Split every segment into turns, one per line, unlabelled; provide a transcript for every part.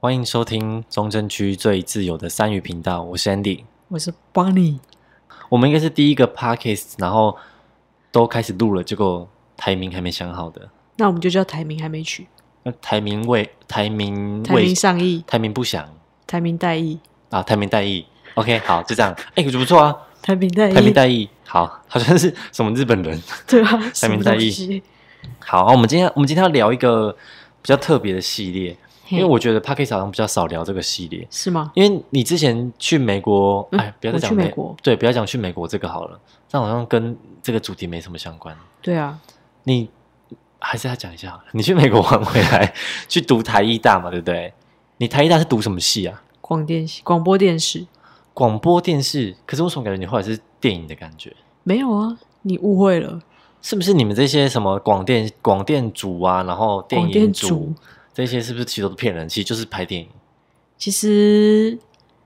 欢迎收听中正区最自由的三语频道，我是 Andy。
我是 Bonnie，
我们应该是第一个 Podcast，然后都开始录了，结果台名还没想好的。
那我们就叫台名还没取，
那台名未台名
台
未
名上意，
台名不详
台名代意，
啊，台名代意。OK，好，就这 样。哎、我觉得不错啊，
台名代意，
台名代意，好，好像是什么日本人。
对 吧？
台名代意
什么东西，
好，我们今天我们今天要聊一个比较特别的系列，因为
嘿
我觉得 Podcast 好像比较少聊这个系列。
是吗？
因为你之前去美国，
嗯
哎，不要再
我
讲
去美国
对，不要讲去美国这个好了，这样好像跟这个主题没什么相关。
对啊，
你还是要讲一下好了，你去美国玩回来， 去读台艺大嘛，对不对？你台艺大是读什么系啊？
广电系广播电视
广播电视？可是为什么感觉你后来是电影的感觉？
没有啊？你误会了，
是不是你们这些什么广电广电组啊，然后电
广
影
电
组
组
这些是不是其实都是骗人？其实就是拍电影。
其实，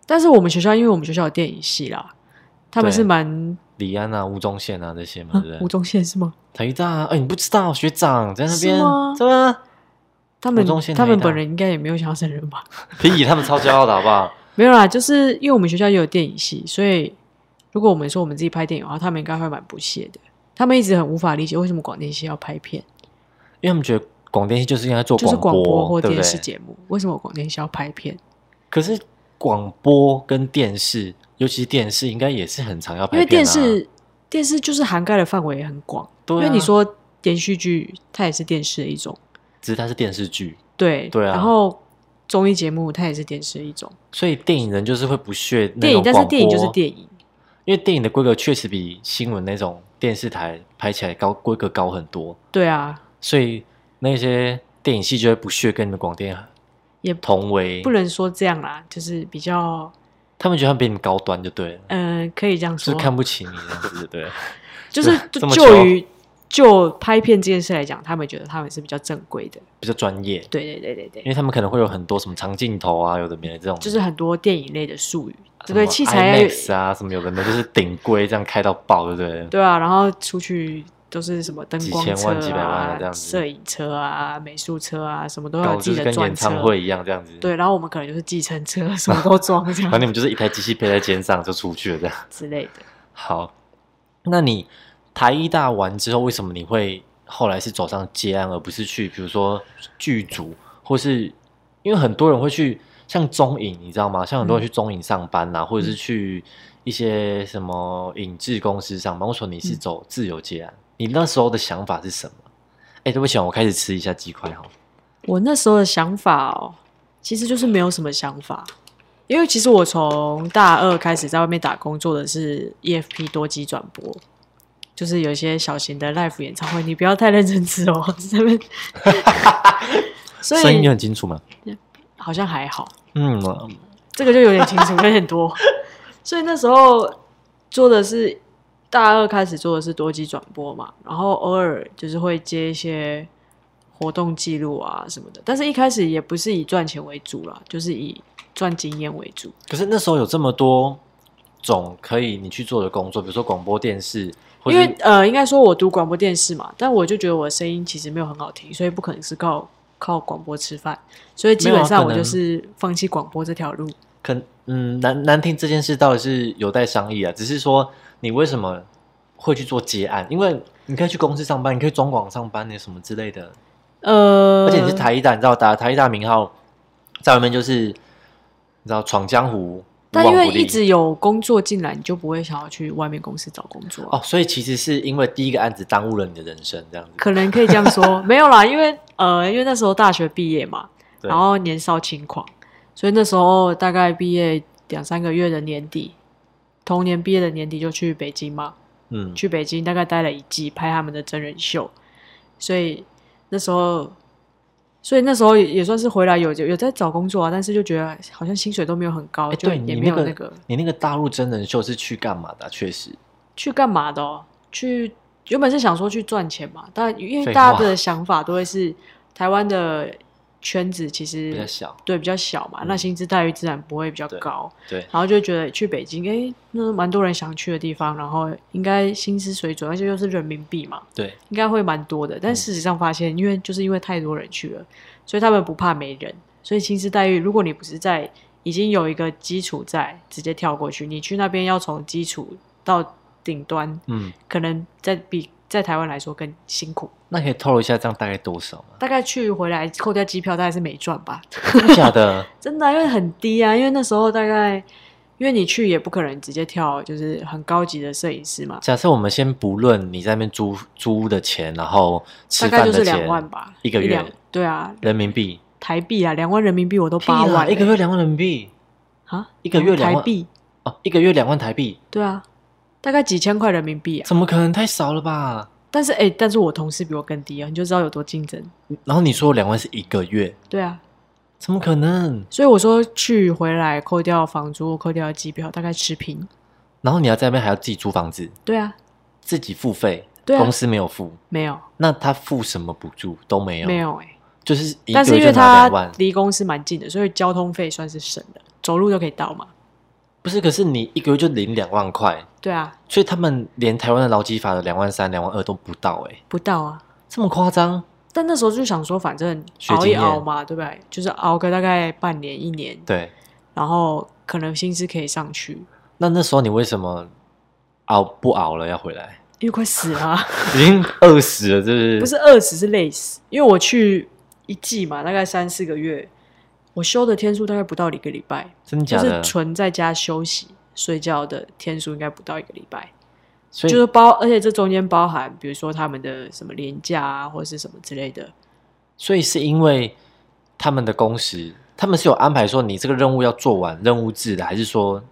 但是我们学校，因为我们学校有电影系啦，他们
对
是蛮
李安啊、吴宗宪啊这些嘛，
啊
对不对？
吴宗宪是吗？
台艺大啊，哎，你不知道学长在那
是
边
吗，
对啊，
他们
吴宗宪
他们
台大
本人应该也没有想要承认吧？
屁，他们超骄傲的好不好？
没有啦，就是因为我们学校也有电影系，所以如果我们说我们自己拍电影的话，他们应该会蛮不屑的。他们一直很无法理解为什么广电系要拍片，
因为他们觉得广电系就是应该做
就是广播
播
或
对啊不
电
对
视节目，为什么广电系要拍片？
可是广播跟电视，尤其是电视，应该也是很常要拍、啊
因为电，视电视就是涵盖的范围也很广，
对啊、
因为你说连续剧它也是电视的一种，
只是它是电视剧，
对
对啊
然后综艺节目它也是电视的一种，
所以电影人就是会不屑那
电影
种
但是电影就是
广播，
电影，
因为电影的规格确实比新闻那种电视台拍起来高规格高很多，
对啊，
所以那些电影系就会不屑跟你们广电
也
同为，
不能说这样啦，就是比较
他们觉得他们比你们高端就对了，
嗯、呃可以这样
就
说，
是看不起你这样子，对。
就是
这
就
么
就于就拍片这件事来讲，他们觉得他们是比较正规的。
比较专业，
对对对对
因
对，
为他们可能会有很多什么长镜头啊，有的没的这种，
就是很多电影类的术语，
什
对
么
对？器材要
IMAX 啊，什么有的没，就是顶规这样开到爆，对不对？
对啊，然后出去都是什么灯光
几千
车
万几百万啊
啊
这样、子
摄影车啊、美术车啊，什么都要
搞
有
得
自
就
己
是
的
跟
专
演
车。
唱会一样这样子。，
对，然后我们可能就是计程车，什么都装这
反正你
样
们就是一台机器背在肩上就出去了这样。
之类的。
好，那你台医大完之后，为什么你会后来是走上接案，而不是去比如说剧组，或是因为很多人会去像中影，你知道吗？像很多
嗯
人去中影上班啦、或者是去一些什么影制公司上班。我说你
嗯
是走自由接案，你那时候的想法是什么？哎、对不起，我开始吃一下鸡块好了。
我那时候的想法哦，其实就是没有什么想法，因为其实我从大二开始在外面打工，做的是 EFP 多机转播，就是有一些小型的 live 演唱会，你不要太认真吃哦， 这边，所
声音有
以
很清楚吗？
好像还好，
嗯，
这个就有点清楚，有点多， 所以那时候做的是大二开始做的是多机转播嘛，然后偶尔就是会接一些活动记录啊什么的，但是一开始也不是以赚钱为主啦，就是以赚经验为主。
可是那时候有这么多种可以你去做的工作，比如说广播电视，或
因
是
为呃，应该说我读广播电视嘛，但我就觉得我的声音其实没有很好听，所以不可能是靠靠广播吃饭，所以基
没有
本
啊
上
可
我就
能
是放弃广播这条路。
可嗯难难听这件事到底是有待商议啊，只是说你为什么会去做接案？因为你可以去公司上班，你可以中广上班，你什么之类的。
呃，
而且你是台艺大，你知道打台艺大名号，在外面就是你知道闯江湖，
但
无
因
往
为
不利
一直有工作进来，你就不会想要去外面公司找工作、啊。
哦，所以其实是因为第一个案子耽误了你的人生，这样子。
可能可以这样说， 没有啦，因为呃，因为那时候大学毕业嘛，
对
然后年少轻狂，所以那时候大概毕业两三个月的年底，同年毕业的年底就去北京嘛，
嗯，
去北京大概待了一季，拍他们的真人秀，所以那时候，所以那时候也也算是回来有有有在找工作啊，但是就觉得好像薪水都没有很高，
哎，
就
对
也
你
没有
那
那
个你那个大陆真人秀是去干嘛的啊？确实，
去干嘛的、哦？去原本是想说去赚钱嘛，但因
废
为大
话
家的想法都会是台湾的圈子其
比较
实
小，
对比较小嘛，
嗯
那薪资待遇自然不会比较高，
对，
然后就觉得去北京，哎，那蛮多人想去的地方，然后应该薪资水准，而且又是人民币嘛，
对，
应该会蛮多的。但
嗯
事实上发现，因为就是因为太多人去了，所以他们不怕没人，所以薪资待遇，如果你不是在已经有一个基础在，直接跳过去，你去那边要从基础到顶端，
嗯，
可能在比在台湾来说更辛苦。
那可以透露一下这样大概多少吗？
大概去回来扣掉机票，大概是没赚吧。
真的假的？
真的啊、因为很低啊，因为那时候大概，因为你去也不可能直接跳，就是很高级的摄影师嘛，
假设我们先不论你在那边租租的钱，然后吃
大概
饭
就
的
是
钱，
两万吧，
一个月
两对啊，
人民币，
台币啊，两万人民币我都八
屁啦
万、欸
一个月两万人民币
啊，
一个月两
台
万
币，
哦，一个月两万台币，
对啊，大概几千块人民币啊。
怎么可能太少了吧？
但是哎、但是我同事比我更低啊，你就知道有多竞争。
然后你说两万是一个月，
对啊，
怎么可能？
所以我说去回来扣掉房租、扣掉机票，大概持平。
然后你要在那边还要自己租房子，
对啊，
自己付费，
对啊
公司没有付，
没有
那他付什么补助都没有，
没，有哎、
就是一
但
个
是因
月
为
就拿
它
两万，
离公司蛮近的，所以交通费算是省的，走路就可以到嘛。
不是？可是你一个月就领两万块，
对啊，
所以他们连台湾的劳基法的两万三、两万二都不到、欸，哎，
不到啊。
这么夸张？
但那时候就想说，反正
学
熬
经
一
验
熬嘛，对不对？就是熬个大概半年、一年，
对，
然后可能薪资可以上去，
那那时候你为什么熬不熬了要回来？
因为快死了啊、
已经饿死了，是不是？
不是饿死，是累死。因为我去一季嘛，大概三四个月，我休的天数大概不到一个礼拜，
真的
就
假
是
的？
纯在家休息睡觉的天数应该不到一个礼拜，
所
就
以
是包，而且这中间包含比如说他们的什么年假啊，或者是什么之类的。
所以是因为他们的工时，他们是有安排说你这个任务要做完，任务制的，还是说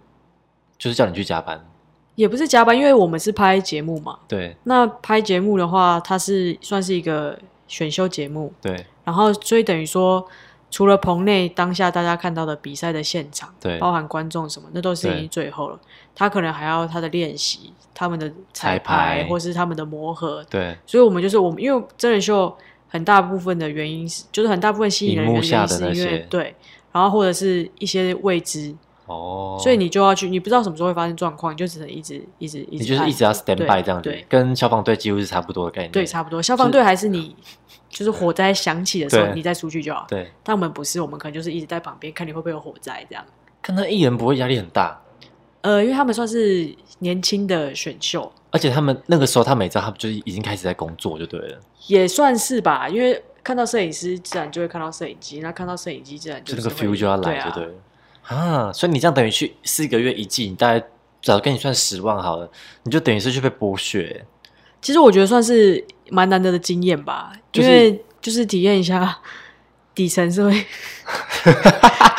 就是叫你去加班？
也不是加班，因为我们是拍节目嘛。
对
那拍节目的话，它是算是一个选秀节目，
对
然后所以等于说，除了棚内当下大家看到的比赛的现场，
对
包含观众什么，那都是已
对
经最后了。他可能还要他的练习、他们的彩
彩排
排，或是他们的磨合。
对，
所以我们就是我们，因为真人秀很大部分的原因是，就是很大部分吸引人的
荧幕
原
下的
因是因
那些
为对，然后或者是一些未知，
哦，
所以你就要去，你不知道什么时候会发生状况，你就只能一直一直一
你
直，
就是一直要 stand
对
by 这样子
对，
跟消防队几乎是差不多的概念。
对，差不多。消防队还是你，就是火灾响起的时候，
对
你再出去就好。
对，
但我们不是，我们可能就是一直在旁边看你会不会有火灾这样。
看他艺人不会压力很大，
呃，因为他们算是年轻的选秀，
而且他们那个时候他每招他们就是已经开始在工作就对了，
也算是吧。因为看到摄影师，自然就会看到摄影机；那看到摄影机，自然
就
就
那
是
个
会
feel 就要来就
对
对
啊。
了啊。所以你这样等于去四个月一季，你大概假如跟你算十万好了，你就等于是去被剥削。
其实我觉得算是蛮难得的经验吧，
就是
因为就是体验一下底层社 会，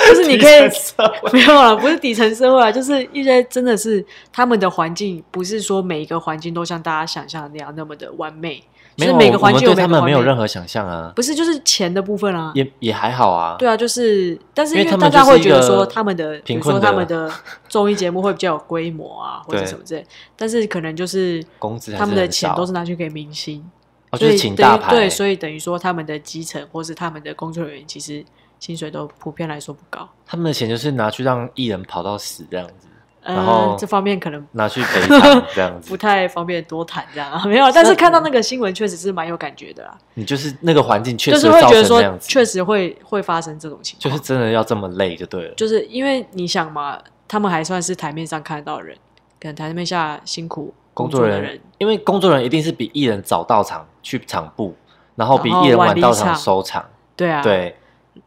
就是你可以
啊
没有啦，不是底层社会啊，就是一些真的是他们的环境，不是说每一个环境都像大家想象的那样那么的完美，
没有
就是每个
我
环
们
境
对他
每个
们
环
没有
美
任何想象啊，
不是就是钱的部分啊，
也也还好啊。
对啊，就是但是
因为
因为
他
大
们
家
就是
会
一
觉得
个
说他们的，比
贫
如说
困
他
的
们的综艺节目会比较有规模啊，或者
对
什么之类，但是可能就是
工资还
他们的
是很
钱
少
都是拿去给明星。
哦，
所
就
以
是
等
请
于
大牌，
对，所以等于说他们的基层或是他们的工作人员，其实薪水都普遍来说不高。
他们的钱就是拿去让艺人跑到死这样子，然
呃
后，
这方面可能
拿去北港这样 子，
不太方便多谈这样啊， 没有。但是看到那个新闻，确实是蛮有感觉的啦，
你就是那个环境确
就
实
是会
造
觉
成
得
那
说，
样子，
确实会会发生这种情
就
况，
是真的要这么累就对了。
就是因为你想嘛，他们还算是台面上看得到的人，可能台面下辛苦
工
作
作
的
人
人
员，因为工作人员一定是比艺人早到场去场部，然后比
然后
艺人
哦晚
晚
离
到
场
场收场，
对啊，，
对，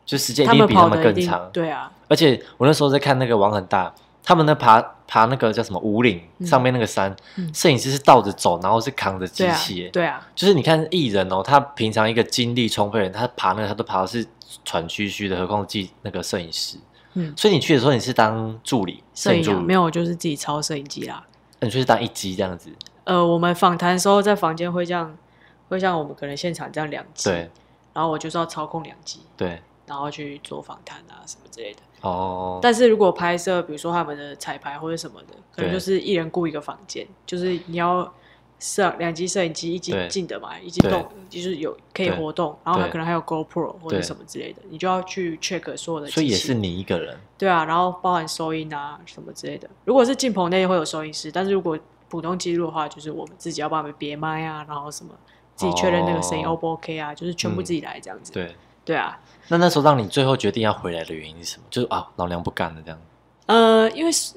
就时间一
他
定
们
比他
跑
们
的一
更
定
长。
对啊，
而且我那时候在看那个网很大，他们那爬爬那个叫什么五岭
嗯
上面那个山
嗯，
摄影师是倒着走，然后是扛着机
对啊
器耶，，
对啊，
就是你看艺人哦，他平常一个精力充沛的人，他爬那个他都爬的是喘吁吁的，何况记那个摄影师。
嗯
所以你去的时候你是当助理，
摄
摄影
影
助
啊
理，哦
没有，我就是自己抄摄影机啦。
你就是当一机这样子。
呃，我们访谈的时候在房间会这样，会像我们可能现场这样两集，
对
然后我就是要操控两集，
对，
然后去做访谈啊什么之类的。
哦，
但是如果拍摄，比如说他们的彩排或者什么的，可能
对
就是一人雇一个房间，就是你要摄两机摄影机，一机
对
静的嘛，一机动，就是有可以
对
活动，然后还
对
可能还有 GoPro 或者
对
什么之类的，你就要去 check 所有的机器。
所以也是你一个人，
对啊，然后包含收音啊什么之类的。如果是进棚内会有收音师，但是如果普通记录的话，就是我们自己要帮他们别麦啊，然后什么自己确认那个声音
哦
O 不 OK 啊，就是全部
嗯
自己来这样子。
对，
对啊，
那那时候让你最后决定要回来的原因是什么？就是啊，老娘不干了这样。
呃，因为是，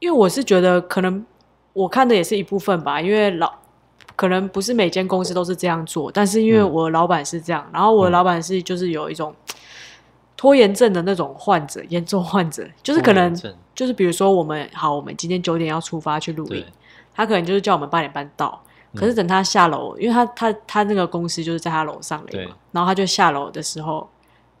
因为我是觉得可能我看的也是一部分吧，因为老可能不是每间公司都是这样做，但是因为
嗯
我老板是这样，然后我的
嗯
老板是就是有一种拖延症的那种患者，严重患 者，就是可能
拖延症
就是比如说我们好，我们今天九点要出发去露营
对，，嗯
他可能就是叫我们八点半到，可是等他下楼，因为他他他那个公司就是在他楼上的
对
嘛，然后他就下楼的时候，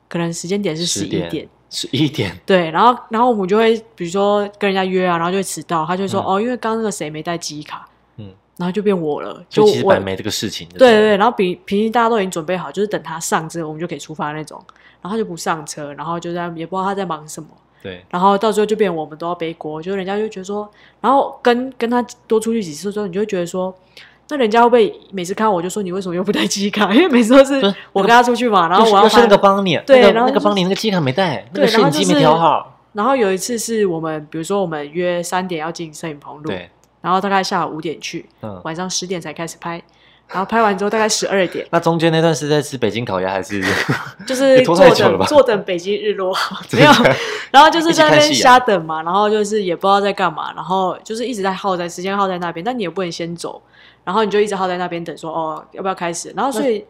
可能时间点是十一
10
点
点。，十一点，
对，然后然后我们就会比如说跟人家约啊，然后就会迟到，他就会说、
嗯
哦，因为刚刚那个谁没带记忆卡，
嗯，
然后就变我了，
就其实
我
本来没这个事情。
对对
对
对，
了，
然后平平时大家都已经准备好，就是等他上车我们就可以出发那种，然后他就不上车，然后就在也不知道他在忙什么，
对，
然后到最后就变我们都要背锅，就人家就觉得说，然后跟跟他多出去几次之后，你就会觉得说。那人家会不会每次看我就说你为什么又不带记忆卡？因 为每次都是
不是
我跟他出去嘛，然
又
后
是
我要
又是那
翻
个帮你，
对
那个
然后
那个
就是
帮你那个机卡没带，那
对
个
然后
相机
就是
没调好，
然后有一次是我们，比如说我们约三点要进摄影棚录，
对，
然后大概下午五点去，
嗯。
晚上十点才开始拍，然后拍完之后大概十二点
，那中间那段是在吃北京烤鸭还是
就是
也拖
坐
太久了
等
吧
坐等北京日落， 没有，然后就是在那边瞎等嘛，然后就是也不知道在干嘛，然后就是一直在耗在时间耗在那边，但你也不能先走，然后你就一直耗在那边等说哦要不要开始，然后所以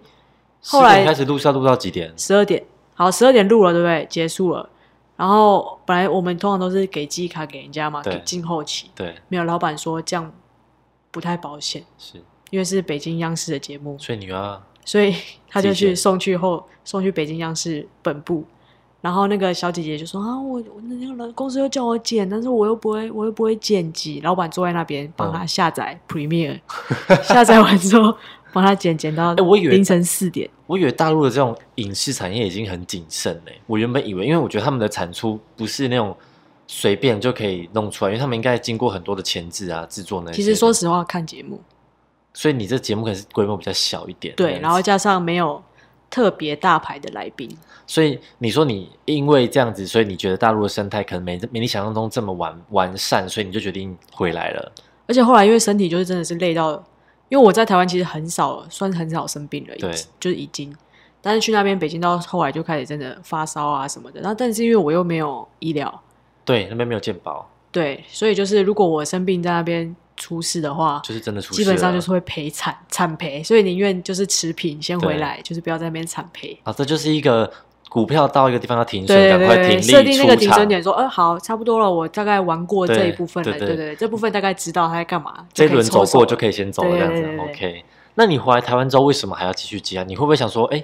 后
10
来
点开始录是要录到几点？
十二点，好，十二点录了，对不对？结束了。然后本来我们通常都是给记忆卡给人家嘛，
对
给进后期。
对，
没有，老板说这样不太保险，
是，
因为是北京央视的节目，
所以你要
所以他就
自己
去
写
送去后送去北京央视本部。然后那个小姐姐就说啊，我我那个公司又叫我剪，但是我又不会，我又不会剪辑。老板坐在那边帮
嗯
他下载 Premiere，、下 载完之后帮他剪，剪到
哎我以为
凌晨四点。
我以为大陆的这种影视产业已经很谨慎嘞、我原本以为，因为我觉得他们的产出不是那种随便就可以弄出来，因为他们应该经过很多的前置啊、制作那些。
其实说，实话，看节目
所以你这节目可能是规模比较小一点。这样
对，
子
然后加上没有特别大牌的来宾，
所以你说你因为这样子，所以你觉得大陆的生态可能没没你想象中这么完完善，所以你就决定回来了。
而且后来因为身体就是真的是累到，因为我在台湾其实很少，算是很少生病了，已
对
就是已经。但是去那边北京到后来就开始真的发烧啊什么的，然后但是因为我又没有医疗，
对，那边没有健保，
对，所以就是如果我生病在那边出事的话，
就是真的出事
基本上
了
就是会赔惨惨赔，所以宁愿就是持平先回
对
来，就是不要在那边惨赔。
啊，这就是一个股票到一个地方要停损，
对
赶
对
快
对，
停
对设定
利
那个
出
停损
场。
点，说，呃，好，差不多了，我大概玩过这
对
一部分了，
对
对
对
对对，这部分大概知道他在干嘛，
这一
就可以
轮走
抽手
过就
了
可以先走了，这样
对
子
对对对
OK。那你回来台湾之后，为什么还要继续接啊？你会不会想说，哎，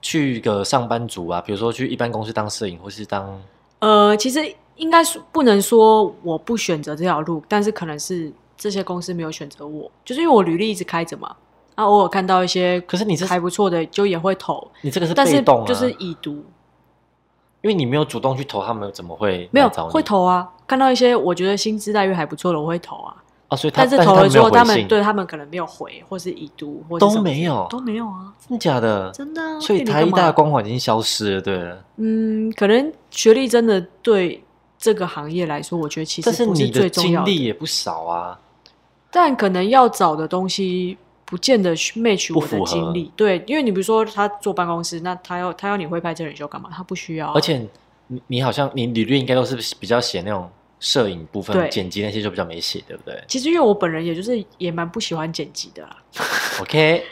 去个上班族啊，比如说去一般公司当摄影，或是当
呃，其实应该说不能说我不选择这条路，但是可能是这些公司没有选择我，就是因为我履历一直开着嘛，啊，偶尔看到一些
可是你这
还不错的，就也会投，
你这个是
但是
被动啊，
就是已读，
因为你没有主动去投，他们怎么会
没有
来找你
会投啊，看到一些我觉得薪资待遇还不错的，我会投啊，
啊？所以他
但是投了之后，他
没有回
们
信
对他们可能没有回，或是已读，或是
都
什么
没有，
都没有啊，
真的假的？
真的啊、
所以
骗你
台
干
一
嘛
大的光环已经消失了，对了。
嗯，可能学历真的对这个行业来说，我觉得其实
但是
不
你
最
的
重
经
要的。
历也不少啊，
但可能要找的东西不见得 match
不
我的
符合
经历，对，因为你比如说他坐办公室，那他要他要你会拍真人秀干嘛？他不需要啊、
而且你你好像你履历应该都是比较写那种摄影部
对
分、剪辑那些就比较没写，对不对
其实因为我本人也就是也蛮不喜欢剪辑的啦，
？OK，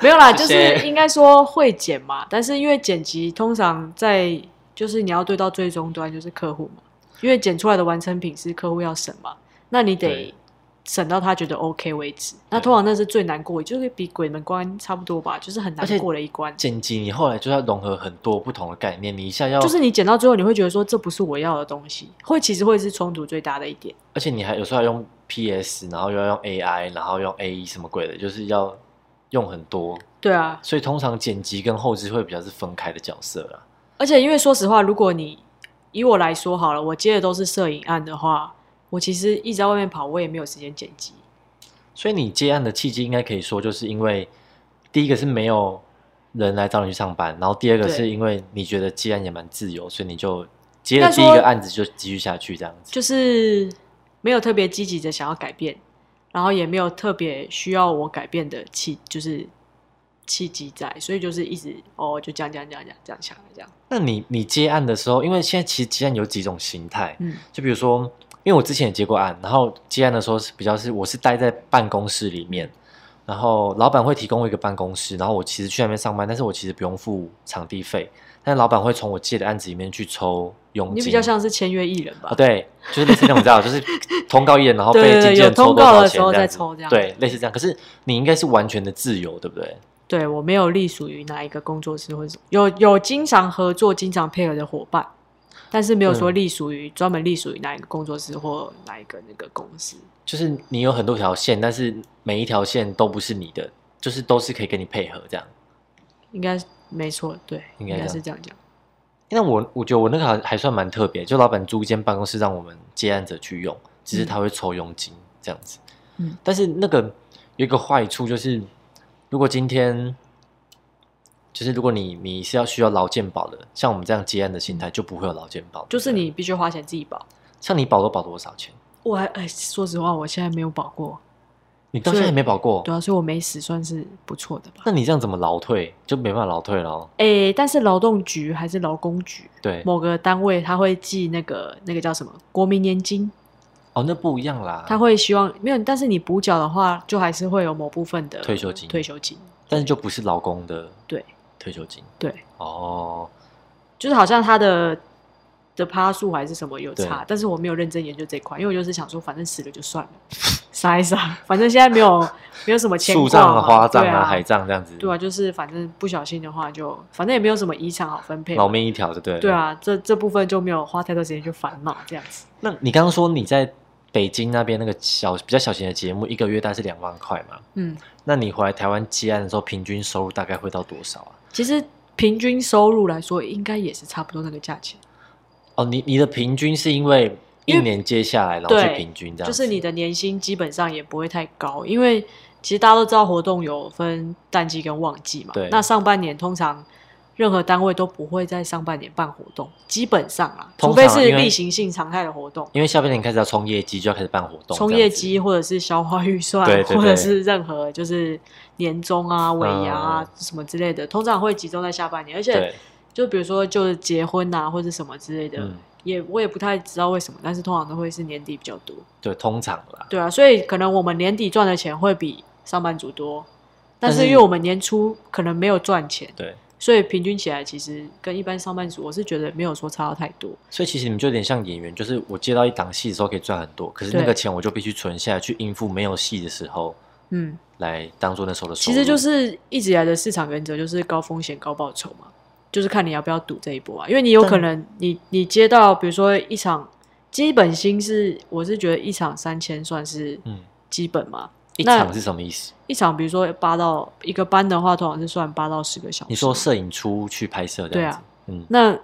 没有啦，就
谢
是
谢
应该说会剪嘛，但是因为剪辑通常在就是你要对到最终端就是客户嘛，因为剪出来的完成品是客户要审嘛，那你得
对。
审到他觉得 OK 为止，那
对
通常那是最难过，就是比鬼门关差不多吧，就是很
而
难
且
过的一关。
剪辑，你后来就要融合很多不同的概念，你一下要，
就是你剪到最后，你会觉得说这不是我要的东西，会其实会是冲突最大的一点。
而且你还有时候要用 PS，然后又要用 AI，然后用 A E 什么鬼的，就是要用很多，
对啊，
所以通常剪辑跟后置会比较是分开的角色啦。
而且因为说实话，如果你以我来说好了，我接的都是摄影案的话，我其实一直在外面跑，我也没有时间剪辑。
所以你接案的契机，应该可以说就是因为第一个是没有人来找你去上班，然后第二个
对
是因为你觉得接案也蛮自由，所以你就接
应
了
该
第
说
一个案子就继续下去这样子。
就是没有特别积极的想要改变，然后也没有特别需要我改变的气，就是契机在，所以就是一直哦，就讲讲讲讲讲下来这样。
那你你接案的时候，因为现在其实接案有几种形态，
嗯
就比如说，因为我之前也接过案，然后接案的时候是比较是我是待在办公室里面，然后老板会提供我一个办公室，然后我其实去那边上班，但是我其实不用付场地费，但老板会从我接的案子里面去抽佣金。
你比较像是签约艺人吧？
啊，对，就是类似那种，你知道，就是通告艺人，然后
对
被
对
经纪
有
人抽
通
多
告
少
的
钱
时候
这样
再
子
抽这样
对，类似这样。可是你应该是完全的自由，对不对？
对我没有隶属于哪一个工作室，或者是有有经常合作、经常配合的伙伴，但是没有说
嗯
隶属于、专门隶属于哪一个工作室或哪一个那个公司。
就是你有很多条线，但是每一条线都不是你的，就是都是可以跟你配合这样。
应该是没错，对，
应
应
该这样
该是这样讲。
那我我觉得我那个还还算蛮特别，就老板租一间办公室让我们接案者去用，只是他会抽佣金这样子。
嗯，
但是那个有一个坏处就是，如果今天就是如果你你是要需要劳健保的，像我们这样接案的心态就不会有劳健保，
嗯就是
对不对
你必须花钱自己保。
像你保都保多少钱？
我还哎，说实话，我现在没有保过，
你到现在
所以
还没保过，
对啊，所以我没死算是不错的吧。
那你这样怎么劳退？就没办法劳退了。
哎，但是劳动局还是劳工局
对，
某个单位，他会寄那个那个叫什么国民年金，
哦，那不一样啦。
他，会希望没有，但是你补缴的话，就还是会有某部分的
退休金
退休金，
但是就不是劳工的
对
退休金
对，
哦。
就是好像他的的趴数还是什么有
对
差，但是我没有认真研究这一块，因为我就是想说，反正死了就算了，傻一傻，反正现在没有没有什么牵
树
挂
葬啊、
嘛，
花葬
对
啊、
啊，
海葬这样子，
对啊，就是反正不小心的话就，反正也没有什么遗产好分配嘛，
老命一条，对不对？
对。啊，这这部分就没有花太多时间去烦恼这样子。
那你刚刚说你在北京那边那个小比较小型的节目，一个月大概是两万块嘛？
嗯，
那你回来台湾接案的时候，平均收入大概会到多少啊？
其实平均收入来说，应该也是差不多那个价钱，
哦，你你的平均是因为一
因为
年接下来，然后去
对
平均这样
就
子，
是你的年薪基本上也不会太高，因为其实大家都知道活动有分淡季跟旺季嘛
对。
那上半年通常任何单位都不会在上半年办活动，基本上啊，
通常
除非
啊
是
因为
例行性常态的活动，
因为下半年开始要冲业绩，就要开始办活动，
冲业绩或者是消化预算，
对对对
或者是任何就是年终啊、尾牙啊、
嗯
什么之类的，通常会集中在下半年，而
这样
且
子，
就比如说就是结婚啊或者什么之类
对，
的。
嗯，
也我也不太知道为什么，但是通常都会是年底比较多。
对，通常啦，
对啊，所以可能我们年底赚的钱会比上班族多，但
但
是
是
因为我们年初可能没有赚钱，
对，
所以平均起来其实跟一般上班族，我是觉得没有说差到太多。
所以其实你们就有点像演员，就是我接到一档戏的时候可以赚很多，可是那
对
个钱我就必须存下来去应付没有戏的时候，
嗯，
来当做那时候的收
其
入。
实就是一直以来的市场原则就是高风险高报酬嘛，就是看你要不要赌这一波啊，因为你有可能你你接到比如说一场基本薪是，我是觉得一场三千算是
嗯，
基本嘛，
一
那
场是什么意思？
一场比如说八到一个班的话，通常是算八到十个小时。
你说摄影出去拍摄
啊
这样子，嗯，
那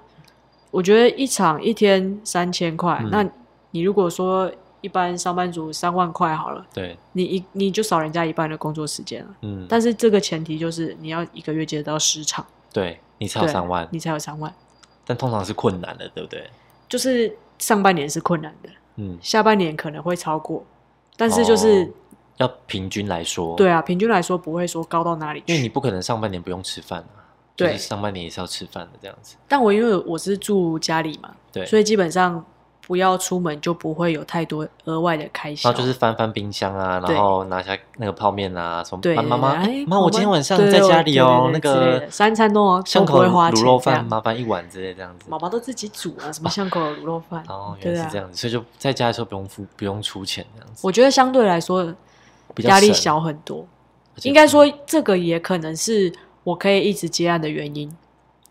我觉得一场一天三千块，
嗯
那你如果说一般上班族三万块好了，
对，
你一你就少人家一半的工作时间了。
嗯，
但是这个前提就是你要一个月接到十场，
对你才有
对
三万，
你才有三万。
但通常是困难的，对不对？
就是上半年是困难的，
嗯，
下半年可能会超过，但是就是、
哦要平均来说，
对，啊，平均来说不会说高到哪里去。
因为你不可能上半年不用吃饭啊，
对
就是上半年也是要吃饭的这样子，
但我因为我是住家里嘛，
对，
所以基本上不要出门就不会有太多额外的开销。
然后就是翻翻冰箱啊，
对
然后拿下那个泡面啊，什么
对
妈
对
妈妈，
对
哎
哎
妈，我今天晚上
对
在
对
家里哦，那
对对对之类
个
的三餐都哦都
巷
不
口
会花
卤
钱
肉
这
饭
样
麻烦一碗之类这样子。
妈妈都自己煮啊，什么巷口的卤肉饭。
哦，原
对
来
啊
是这，样子，所以就在家的时候不用付不用出钱这样子，
我觉得相对来说
比较
压力
省
小很多。
而且嗯
应该说，这个也可能是我可以一直接案的原因，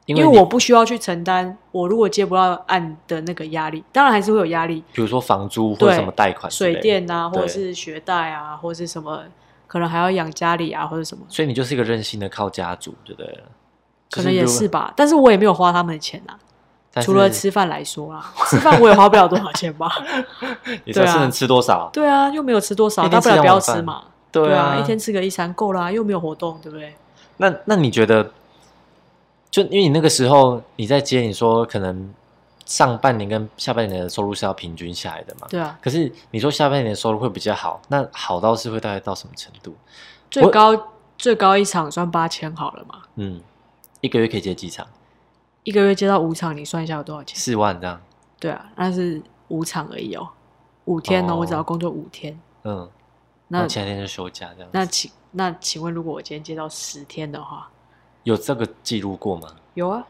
因为
因为
你
我不需要去承担我如果接不到案的那个压力。当然还是会有压力，
比如说房租或者
对
什么贷款、
水，电啊，
对
或者是学贷啊，或者是什么，可能还要养家里啊，或者什么，
所以你就是一个任性的靠家族，对不对了？
可能也
就是如果，
吧。但是我也没有花他们的钱啊。
但是
除了吃饭来 说啦，吃饭我也花不了多少钱吧？
你说
对啊
是能吃多少？
对啊，又没有吃多少，
一
大
天
不
吃
了不
两
要
碗饭
吃嘛。
对
啊，一天吃个一餐够啦，又没有活动，对不对？
那那你觉得，就因为你那个时候你在接，你说可能上半年跟下半年的收入是要平均下来的嘛？
对啊，
可是你说下半年的收入会比较好，那好到是会大概到什么程度？
最高最高一场算八千好了嘛，
嗯，一个月可以接几场？
一个月接到五场，你算一下有多少钱？
四万这样，
对啊，那是五场而已哦，五天哦，
哦
我只要工作五天。
嗯，
那
那前天就休假这样子。
那请那请问，如果我今天接到十天的话，
有这个记录过吗？
有啊，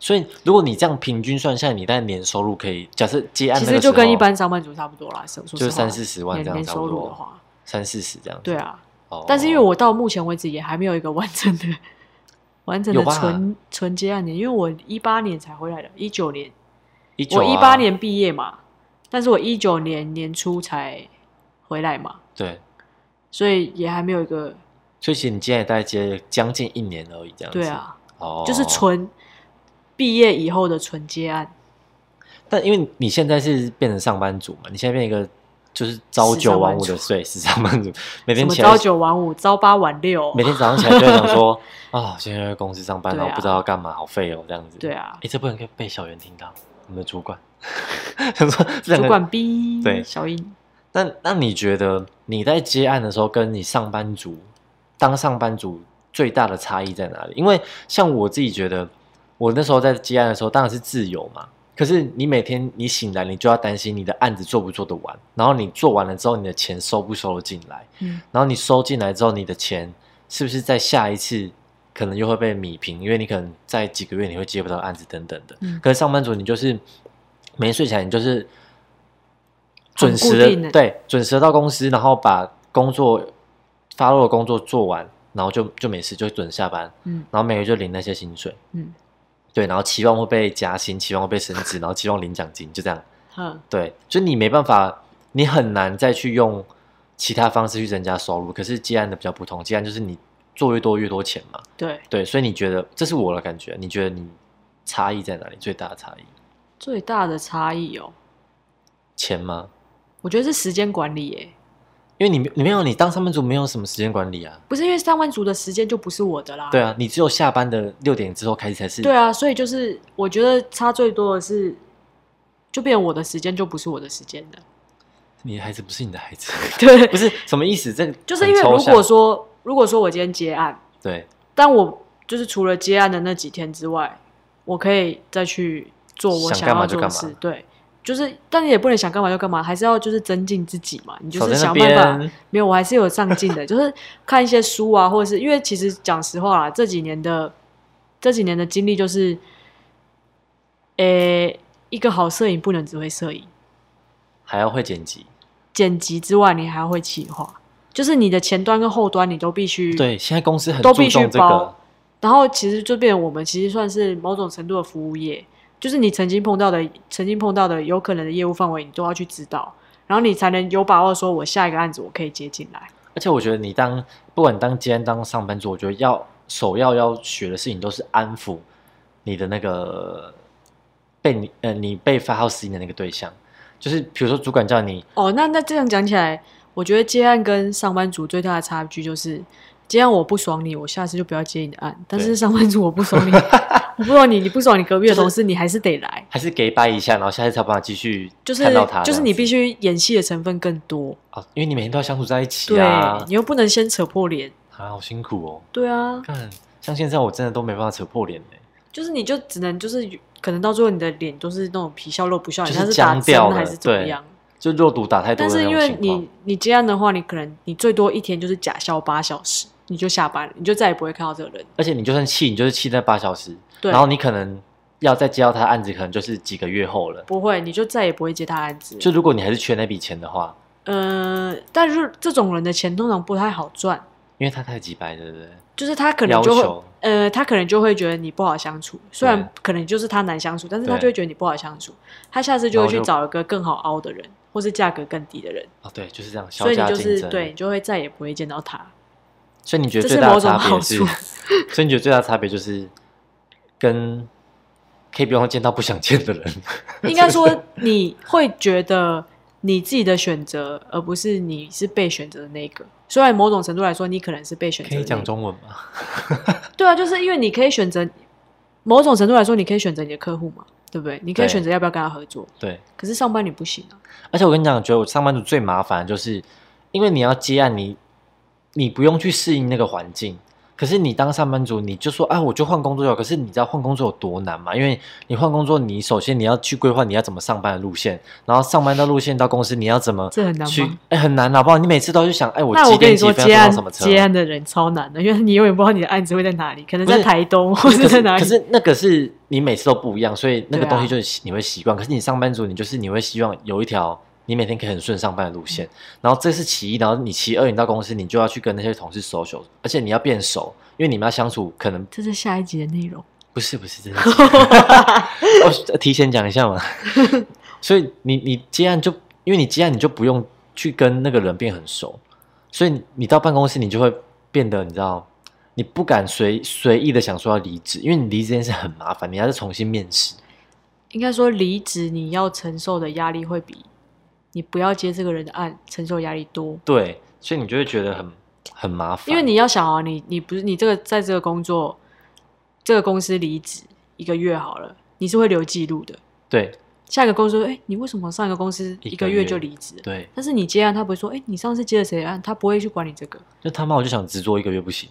所以如果你这样平均算下来，你在年收入可以假设接案
其
那个
实
时候
就跟一般上班族差不多啦，说
就三四
十
十万这样
年
差
收
不
入的
多，
话，
三四十这样。
对，啊。
哦
但是因为我到目前为止也还没有一个完整的、 完整的
有吧
纯纯接案年，因为我一八年才回来的，一九年
19
我
啊
一八年毕业嘛，但是我一九年年初才回来嘛，
对，
所以也还没有一个
所以其实你今天也大概接将近一年而已这样子。
对，啊，
哦，
就是纯毕业以后的纯接案，
但因为你现在是变成上班族嘛，你现在变一个就是朝九晚五的睡，是上班族，每
什
天
么
起来
朝九晚五、朝八晚六，
每天早上起来就会想说 啊，今天在公司上班，
对啊
然后不知道要干嘛，好废哦，这样子。
对，啊，
哎，这不能被被小袁听到，我们的主管想说这两
主
个
管 B
对
小英，
那那你觉得你在接案的时候，跟你上班族当上班族最大的差异在哪里？因为像我自己觉得，我那时候在接案的时候，当然是自由嘛。可是你每天你醒来，你就要担心你的案子做不做得完，然后你做完了之后，你的钱收不收得进来，
嗯，
然后你收进来之后，你的钱是不是在下一次可能又会被米平？因为你可能在几个月你会接不到案子等等的。
嗯
可是上班族你就是没睡起来，你就是准时
很固定
的
的
对准时地到公司，然后把工作发落的工作做完，然后就就没事，就准下班，
嗯
然后每个月就领那些薪水，
嗯
对，然后期望会被加薪，期望会被升职，然后期望领奖金，就这样，
哼，
对，就你没办法，你很难再去用其他方式去增加收入。可是接案的比较不同，接案就是你做越多越多钱嘛，
对，
对，所以你觉得这是我的感觉，你觉得你差异在哪里？最大的差异，
最大的差异哦，
钱吗？
我觉得是时间管理耶，
因为你没你没有你当上班族没有什么时间管理啊，
不是因为上班族的时间就不是我的啦，
对啊，你只有下班的六点之后开始才是，
对，啊，所以就是我觉得差最多的是，就变我的时间就不是我的时间了。
你的孩子不是你的孩子，
对
不，是什么意思？这个
就是
很
因为
抽
如
象
果说如果说我今天接案，
对
但我就是除了接案的那几天之外，我可以再去做我
想
想
干嘛
要
就
做的
干嘛
事。对，就是但你也不能想干嘛就干嘛，还是要就是增进自己嘛。你就
守
是
在那
想办法
边，
没有，我还是有上进的，就是看一些书啊，或者是因为其实讲实话啦，这几年的这几年的经历就是，诶、一个好摄影不能只会摄影，
还要会剪辑，
剪辑之外，你还要会企划，就是你的前端跟后端你都必须。
对，现在公司很
嗯都
注
必须
重这个
包，然后其实就变成我们其实算是某种程度的服务业，就是你曾经碰到的、曾经碰到的有可能的业务范围，你都要去知道，然后你才能有把握说，我下一个案子我可以接进来。
而且我觉得你当不管你当今天当上班族，我觉得要首要要学的事情都是安抚你的那个被你呃你被发号施令的那个对象，就是比如说主管叫你
哦，那那这样讲起来，我觉得接案跟上班族最大的差距就是，接案我不爽你，我下次就不要接你的案；但是
对
上班族我不 爽你，我不爽你，你不爽你隔壁
就
的
是
同事，你还是得来。
还是给掰一下，然后下次才有办法继续
就是
看到他，
就是你必
须
须演戏的成分更多，
哦，因为你每天都要相处在一起
对
啊，
你又不能先扯破脸，
啊好辛苦哦，
对啊，
看像现在我真的都没办法扯破脸哎、
就是你就只能就是可能到最后你的脸都是那种皮笑肉不笑，
就
你
是
像是
僵
打针
掉了
还是怎么
对
样？
就肉毒打太多
但
的那
是
种
因为
情况
你你接案的话，你可能你最多一天就是假笑八小时，你就下班了，你就再也不会看到这个人。
而且你就算气，你就是气那八小时，
对
然后你可能要再接到他的案子，可能就是几个月后了。
不会，你就再也不会接他案子。
就如果你还是缺那笔钱的话，
呃，但是这种人的钱通常不太好赚，
因为他太几白，对不对？
就是他可能就
要
会
求
呃，他可能就会觉得你不好相处，虽然
对
可能就是他难相处，但是他
对
就会觉得你不好相处，他下次就
然
会
后
去
就
找一个更好凹的人，或是价格更低的人，
哦，对，就是这样，
所
削
以你
价
就
竞
是
争。
对，你，就会再也不会见到他。
所以你觉得
这
最
是
大的
某种
差别
好
是，
处
所以你觉得最大的差别就是跟可以不用见到不想见的人，
应该说你会觉得你自己的选择，而不是你是被选择的那一个。虽然某种程度来说，你可能是被选择
可
的
以
那
讲
一个。
中文吗？
对啊，就是因为你可以选择，某种程度来说，你可以选择你的客户嘛，对不对？你可以
对
选择要不要跟他合作。
对，
可是上班你不行啊，
而且我跟你讲，我觉得我上班族最麻烦的就是，因为你要接案你，你不用去适应那个环境，可是你当上班族，你就说啊，我就换工作就好。可是你知道换工作有多难吗？因为你换工作，你首先你要去规划你要怎么上班的路线，然后上班的路线到公司你要怎么
这很难吗
去？哎、很难，好不好？你每次都去想，哎、我
那
几
我跟
点
你
几
说，
分
接
要
案
坐什么车？
接案的人超难的，因为你永远不知道你的案子会在哪里，可能在
不是
台东或
可是
者在哪里
可。是那个是你每次都不一样，所以那个
对啊
东西就是习你会习惯。可是你上班族，你就是你会希望有一条你每天可以很顺上班的路线。然后这是其一，然后你其二，你到公司你就要去跟那些同事 social，而且你要变熟，因为你们要相处，可能
这是下一集的内容。
不是不是真的是， 我提前讲一 下嘛。所以你你接案就因为你接案，你就不用去跟那个人变很熟，所以你你到办公室你就会变得你知道，你不敢随随意的想说要离职，因为你离职这件事很麻烦，你还是重新面试。
应该说，离职你要承受的压力会比你不要接这个人的案承受压力多，
对，所以你就会觉得很很麻烦，
因为你要想啊，你你不是你这个在这个工作这个公司离职一个月好了，你是会留记录的。
对
下一个公司说，哎、你为什么上一个公司
一个
一个月
月
就离职了？
对，
但是你接案，他不会说，哎、你上次接了谁的案？他不会去管你这个。
就他妈我就想只做一个月不行，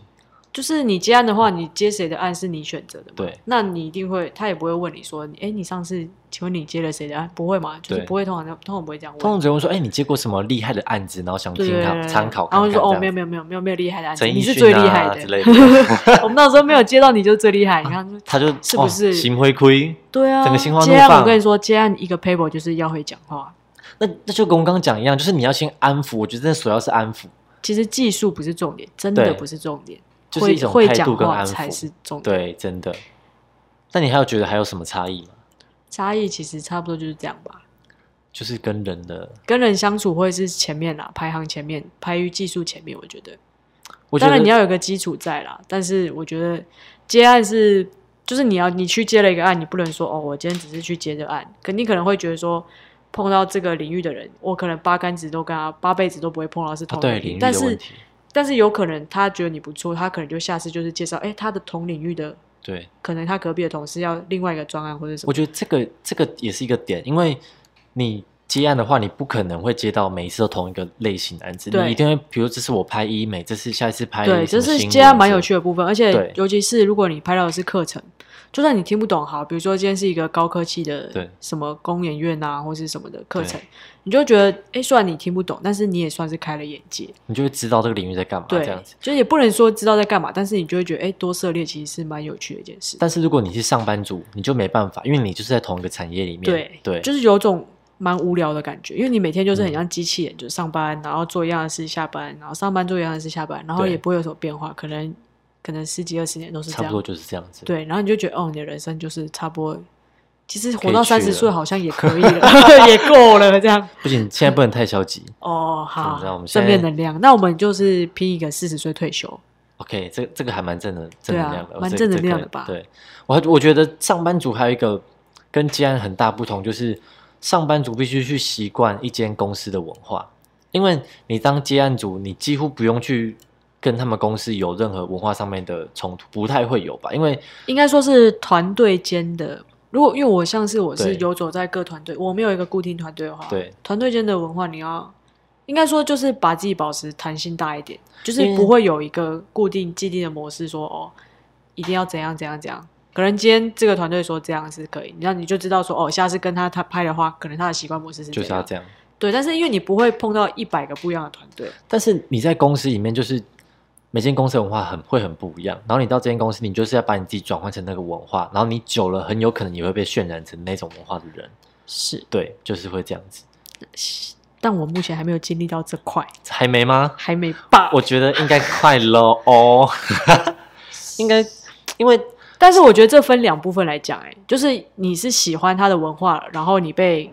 就是你接案的话，你接谁的案是你选择的嘛？
对，
那你一定会，他也不会问你说，哎、你上次请问你接了谁的案？不会嘛？就是
对
不会，通常通常不会这样问。
通常只会问说，哎、你接过什么厉害的案子，然后想
对
听
对
他
对
参考
然
看
后
看
就
这样
说哦，
子
没有没有没有没有厉害的案子，
陈奕
你是
迅
最厉
啊
害
之
的。
类的。
我们那时候没有接到你就最厉 害，你看就，
他就是
不是
哦、心灰灰？
对啊，
整个心花怒
接案，
放
我跟你说，接案一个 paper 就是要会讲话。
那那就跟我刚刚讲一样，就是你要先安抚。我觉得真的首要是安抚，
其实技术不是重点，真的
对
不是重点，
就是一种
会
态
会讲
度跟
话
安
才是
抚。
重点。
对，真的。那你还有觉得还有什么差异吗？
差异其实差不多就是这样吧。
就是跟人的，
跟人相处会是前面啦，排行前面，排于技术前面，我觉得。
我觉
当
得
然你要有个基础在啦，但是我觉得接案是，就是你要你去接了一个案，你不能说哦，我今天只是去接这案，可你可能会觉得说，碰到这个领域的人，我可能八竿子都跟他八辈子都不会碰到是
啊
同
对
领
领
域，
域
但
的问
是
题，
但是有可能他觉得你不错，他可能就下次就是介绍，哎，他的同领域的，
对，
可能他隔壁的同事要另外一个专案或者什
我
么，
觉得这个这个也是一个点，因为你接案的话，你不可能会接到每一次都同一个类型的案子，
对
你一定会，比如这次我拍医美，这次下一次拍
对，
什
这
么
是
新
接案
闻
蛮
之
有
类
趣的部分，而且
对
尤其是如果你拍到的是课程，就算你听不懂，好，比如说今天是一个高科技的
对
什么工研院啊，或是什么的课程
对，
你就觉得，哎，虽然你听不懂，但是你也算是开了眼界，
你就会知道这个领域在干嘛啊这
对
样子。，
就是也不能说知道在干嘛，但是你就会觉得，哎，多涉猎其实是蛮有趣的一件事，
但是如果你是上班族，你就没办法，因为你就是在同一个产业里面，
对
对，
就是有种。蛮无聊的感觉，因为你每天就是很像机器人，就是上班，然后做一样的事，下班，然后上班做一样的事，下班，然后
对
也不会有什么变化，可能可能十几二十年都是这
差
样
不。多就是这样子。
对，然后你就觉得哦，你的人生就是差不多，其实
可
活
以
到
去
三十岁
了
好像也 可以了，也够了这样。
不仅现在不能太消极。
哦，
你知道我
好，
们
正
现
面
在
能量。那我们就是拼一个四十岁退休，
OK，这这个还蛮正能正
对啊
能量的，
蛮
这个
正能
这个
量的吧
对，我我觉得上班族还有一个跟接案很大不同，就是上班族必须去习惯一间公司的文化，因为你当接案族，你几乎不用去跟他们公司有任何文化上面的冲突，不太会有吧？因为
应该说是团队间的。如果因为我像是我是
对
游走在各团队，我没有一个固定团队的话，
对
团队间的文化，你要应该说就是把自己保持弹性大一点，就是
因为
不会有一个固定既定的模式说哦，一定要怎样怎样怎样。可能今天这个团队说这样是可以，那你就知道说哦，下次跟他他拍的话，可能他的习惯模式是
就是
怎
要
样
这样。
对，啊但是因为你不会碰到一百个不一样的团队，
但是你在公司里面，就是每间公司的文化很会很不一样。然后你到这间公司，你就是要把你自己转换成那个文化，然后你久了，很有可能也会被渲染成那种文化的人。
是，
对，就是会这样子。
但我目前还没有经历到这块，
还没吗？
还没吧。
我觉得应该快了哦， 应该因为
但是我觉得这分两部分来讲，哎，就是你是喜欢他的文化，然后你被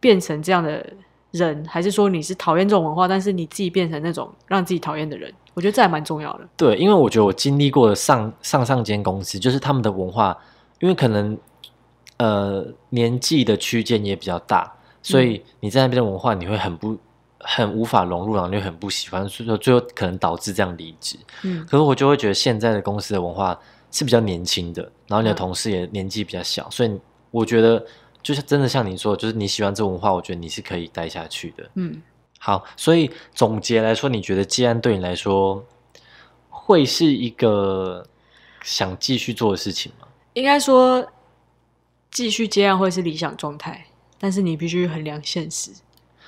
变成这样的人，还是说你是讨厌这种文化，但是你自己变成那种让自己讨厌的人？我觉得这还蛮重要的。
对，因为我觉得我经历过的上上上间公司，就是他们的文化，因为可能呃年纪的区间也比较大，所以你在那边的文化你会很不很无法融入，然后你会很不喜欢，所以说最后可能导致这样离职。
嗯，
可是我就会觉得现在的公司的文化是比较年轻的，然后你的
嗯
同事也年纪比较小，所以我觉得就是真的像你说的，就是你喜欢这种文化，我觉得你是可以待下去的。
嗯，
好，所以总结来说，你觉得接案对你来说会是一个想继续做的事情吗？
应该说，继续接案会是理想状态，但是你必须衡量现实，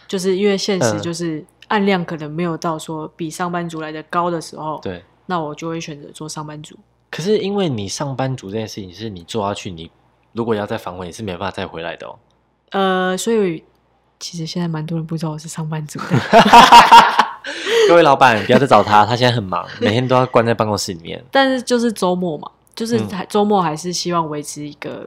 就是因为现实
嗯
就是案量可能没有到说比上班族来的高的时候，
对。
那我就会选择做上班族。
可是因为你上班族这件事情，是你做下去，你如果要再反悔，你是没办法再回来的哦。
呃，所以其实现在蛮多人不知道我是上班族的。
各位老板，不要再找他，他现在很忙，每天都要关在办公室里面。
但是就是周末嘛，就是
嗯
还周末还是希望维持一个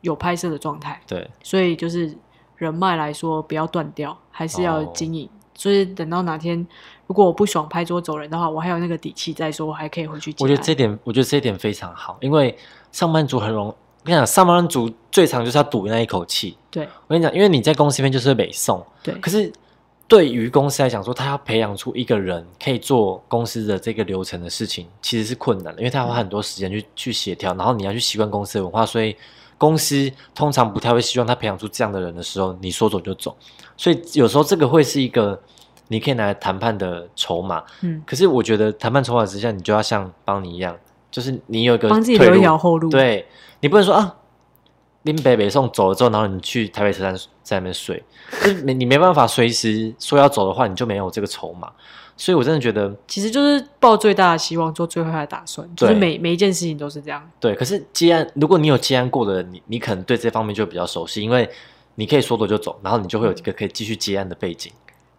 有拍摄的状态，
对，
所以就是人脉来说不要断掉，还是要
哦
经营。所以等到哪天如果我不爽拍桌走人的话，我还有那个底气再说，我还可以回去接
我
案。
觉得这点，我觉得这一点非常好，因为上班族很容，我跟你讲，上班族最常就是要赌那一口气。
对
我跟你讲，因为你在公司里面就是北宋，
对
可是对于公司来讲说，他要培养出一个人可以做公司的这个流程的事情，其实是困难的，因为他要花很多时间去去协调，然后你要去习惯公司的文化，所以公司通常不太会希望他培养出这样的人的时候，你说走就走，所以有时候这个会是一个你可以拿来谈判的筹码。
嗯，
可是我觉得谈判筹码之下，你就要像邦尼一样，就是你有一个
帮自己
退
留一
路
条后路。，
对你不能说啊，林北北送走了之后，然后你去台北车站在那边睡，就是你你没办法随时说要走的话，你就没有这个筹码。所以我真的觉得
其实就是抱最大的希望，做最坏的打算，就是
对
每每一件事情都是这样。
对。可是接案，如果你有接案过的人，你你可能对这方面就比较熟悉，因为你可以说走就走，然后你就会有一个可以继续接案的背景。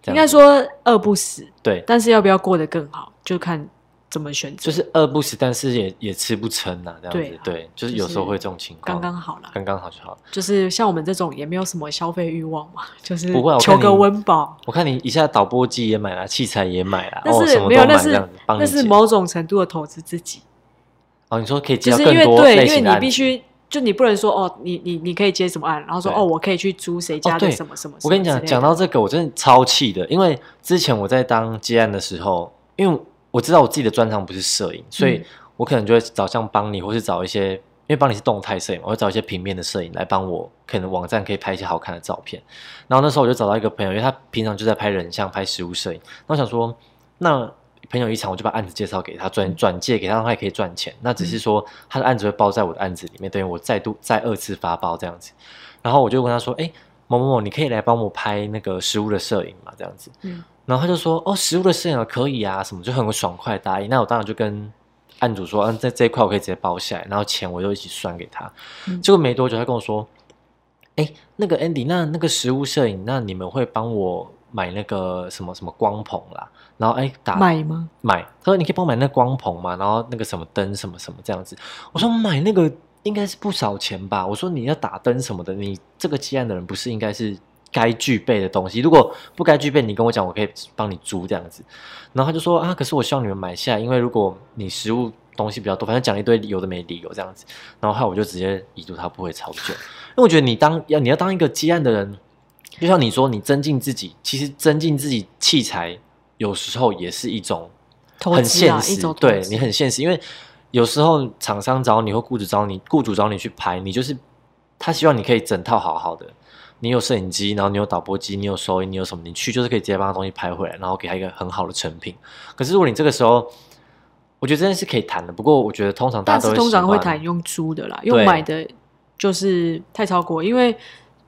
这
应
样
该
子
说饿不死，
对，
但是要不要过得更好，就看怎么选
就
择，
是哦饿不死，但是也也吃不撑呐、这样子。
对
对
啊
就是
就
有时候
是
会这种情况，
刚刚好啦。
刚刚好就好。
就是像我们这种也没有什么消费欲望嘛，就是
不会啊我看
求个
你
温饱，
我看你一下导播机也买了，器材也买了，
但
哦，
是
什么
没
都
有，
买
那
这
是
样子，帮你
那是
解
某种程度的投资自己，
哦，你说可以接
就
到
是
更
因为
多
对，
类
因为
型的
你
案
必
子
须就你不能说哦，你你你可以接什么案，然后说
对
哦，我可以去租谁家
哦
的
对
什么什么什
我
么之类的。
跟你讲，讲到这个，我真的超气的，因为之前我在当接案的时候，因为我知道我自己的专长不是摄影，所以
嗯
我可能就会找像帮你，或是找一些，因为帮你是动态摄影嘛，我会找一些平面的摄影来帮我，可能网站可以拍一些好看的照片。然后那时候我就找到一个朋友，因为他平常就在拍人像、拍实物摄影，那我想说，那。朋友一场，我就把案子介绍给他，
嗯
转转借给他，让他也可以赚钱。那只是说他的案子会包在我的案子里面，等于我再度再二次发包这样子。然后我就问他说：“哎，某某某，你可以来帮我拍那个食物的摄影嘛？”这样子，
嗯
然后他就说：“哦，食物的摄影啊可以啊，什么就很爽快地答应。”那我当然就跟案主说：“嗯、在这一块我可以直接包下来，然后钱我就一起算给他。
嗯
结果没多久，他跟我说：“哎，那个 Andy，那那个食物摄影，那你们会帮我买那个什么什么光棚啦？然后哎，打
买吗？
买，他说你可以帮我买那光棚嘛，然后那个什么灯什么什么这样子。我说买那个应该是不少钱吧。我说你要打灯什么的，你这个接案的人不是应该是该具备的东西？如果不该具备，你跟我讲，我可以帮你租这样子。然后他就说啊，可是我希望你们买下来，因为如果你实物东西比较多，反正讲了一堆有的没理由这样子。然后后来我就直接已读他不回超久，因为我觉得你当要你要当一个接案的人，就像你说，你增进自己，其实增进自己器材有时候也是一种
投
很
资啊
现
一
实
种，投
对
资
你很现实，因为有时候厂商找你或雇主找你，雇主找你去拍，你就是他希望你可以整套好好的。你有摄影机，然后你有导播机，你有收音，你有什么，你去就是可以直接把他东西拍回来，然后给他一个很好的成品。可是如果你这个时候，我觉得真的是可以谈的。不过我觉得通常大
但
家都
是
会
通常
习
会
惯
谈用租的啦，用
对
买的就是太超过，因为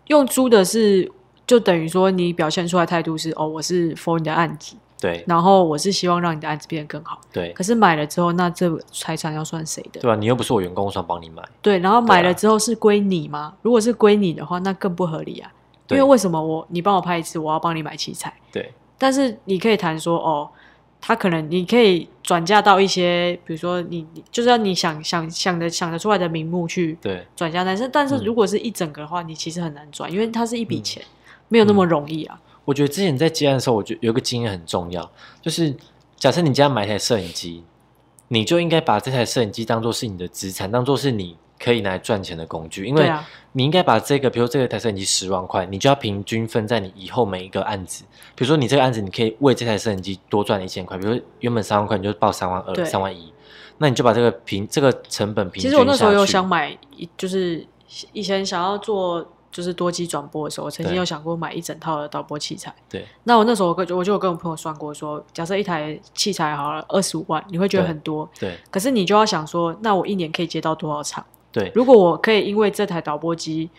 用租的是就等于说你表现出来态度是哦，我是 for 你的案子，
对
然后我是希望让你的案子变得更好。
对
可是买了之后，那这财产要算谁的？
对吧？你又不是我员工，我想帮你买，
对，然后买
对啊
了之后是归你吗？如果是归你的话，那更不合理啊！因
对
为为什么我你帮我拍一次，我要帮你买器材？
对
但是你可以谈说哦，他可能你可以转嫁到一些，比如说你你就是要你想想想的想得出来的名目去
对
转嫁，但是但是
嗯
如果是一整个的话，你其实很难转，因为它是一笔钱，没有那么容易啊。
我觉得之前在接案的时候，我觉得有一个经验很重要，就是假设你家买一台摄影机，你就应该把这台摄影机当做是你的资产，当做是你可以拿来赚钱的工具，因
对
为
啊，
你应该把这个，比如说这个台摄影机十万块，你就要平均分在你以后每一个案子。比如说你这个案子，你可以为这台摄影机多赚一千块，比如说原本三万块，你就报三万
对
二、三万一，那你就把这个平这个成本平
其
均
实我那时候
下
有
去
想买一，就是以前想要做就是多机转播的时候，我曾经
对
有想过买一整套的导播器材。
对，
那我那时候我跟我就有跟我朋友算过说假设一台器材好了二十五万，你会觉得
对
很多，
对，
可是你就要想说，那我一年可以接到多少场？
对，
如果我可以因为这台导播机，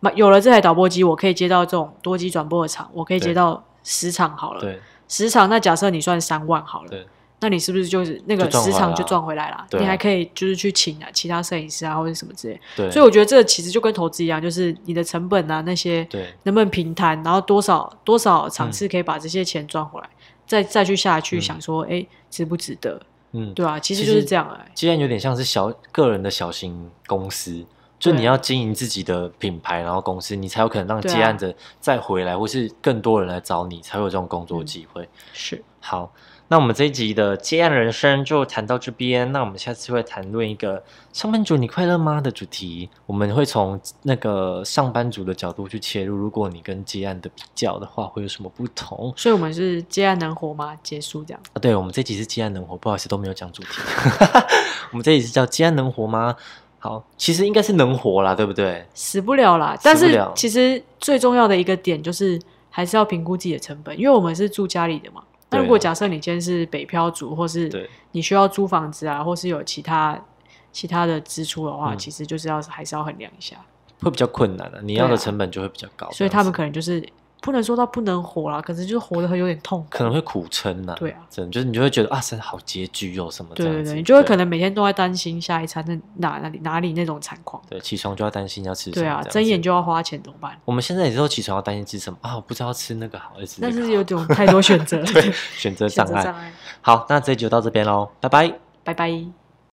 买有了这台导播机，我可以接到这种多机转播的场，我可以
对
接到十场好了。
对，
十场，那假设你算三万好了
对，
那你是不是就是那个
就赚回
十
来
场就
了
赚回来了？
对啊
你还可以就是去请啊其他摄影师啊或者什么之类。
对，
所以我觉得这其实就跟投资一样，就是你的成本啊那些
对，
能不能平摊，然后多少多少场次可以把这些钱赚回来，再再去下去
嗯
想说，哎、值不值得？
嗯，
对啊，其实
其
就
实
是这样哎、
既然有点像是小个人的小型公司，就
对
你要经营自己的品牌，然后公司，你才有可能让
对啊
接案者再回来，或是更多人来找你，才会有这种工
嗯
作机会。
是
好，那我们这一集的接案人生就谈到这边。那我们下次会谈论一个上班族你快乐吗的主题，我们会从那个上班族的角度去切入。如果你跟接案的比较的话，会有什么不同？
所以我们是接案能活吗？结束这样。
啊，对，我们这集是接案能活，不好意思都没有讲主题。 我们这集是叫接案能活吗？好，其实应该是能活啦，对不对？
死不了啦。但
死不
是
了
其实最重要的一个点就是，还是要评估自己的成本，因为我们是住家里的嘛。那
对啊
如果假设你今天是北漂族，或是
对
你需要租房子啊，或是有其他其他的支出的话，
嗯
其实就是要还是要衡量一下。
会比较困难的、你要
对
的
啊
成本就会比较高，
所以
这样
他
子
们可能就是不能说到不能活啦，可是就是活得有点痛苦。
可能会苦撑呐、
对啊
真的就是你就会觉得啊，真的好拮据哦，什么这
对
样
对
子
对，你就会可能每天都在担心下一餐是哪哪里哪里那种惨况。
对起床就要担心要吃什么，
对啊，
这样
睁
子
眼就要花钱，怎么办？
我们现在也都起床要担心吃什么啊，我不知道吃那个好还是吃这
但
个
是
好
有 种太多选择了，
对选择
选
障
择
碍。
障碍。
好，那这集就到这边喽，拜拜。
拜拜。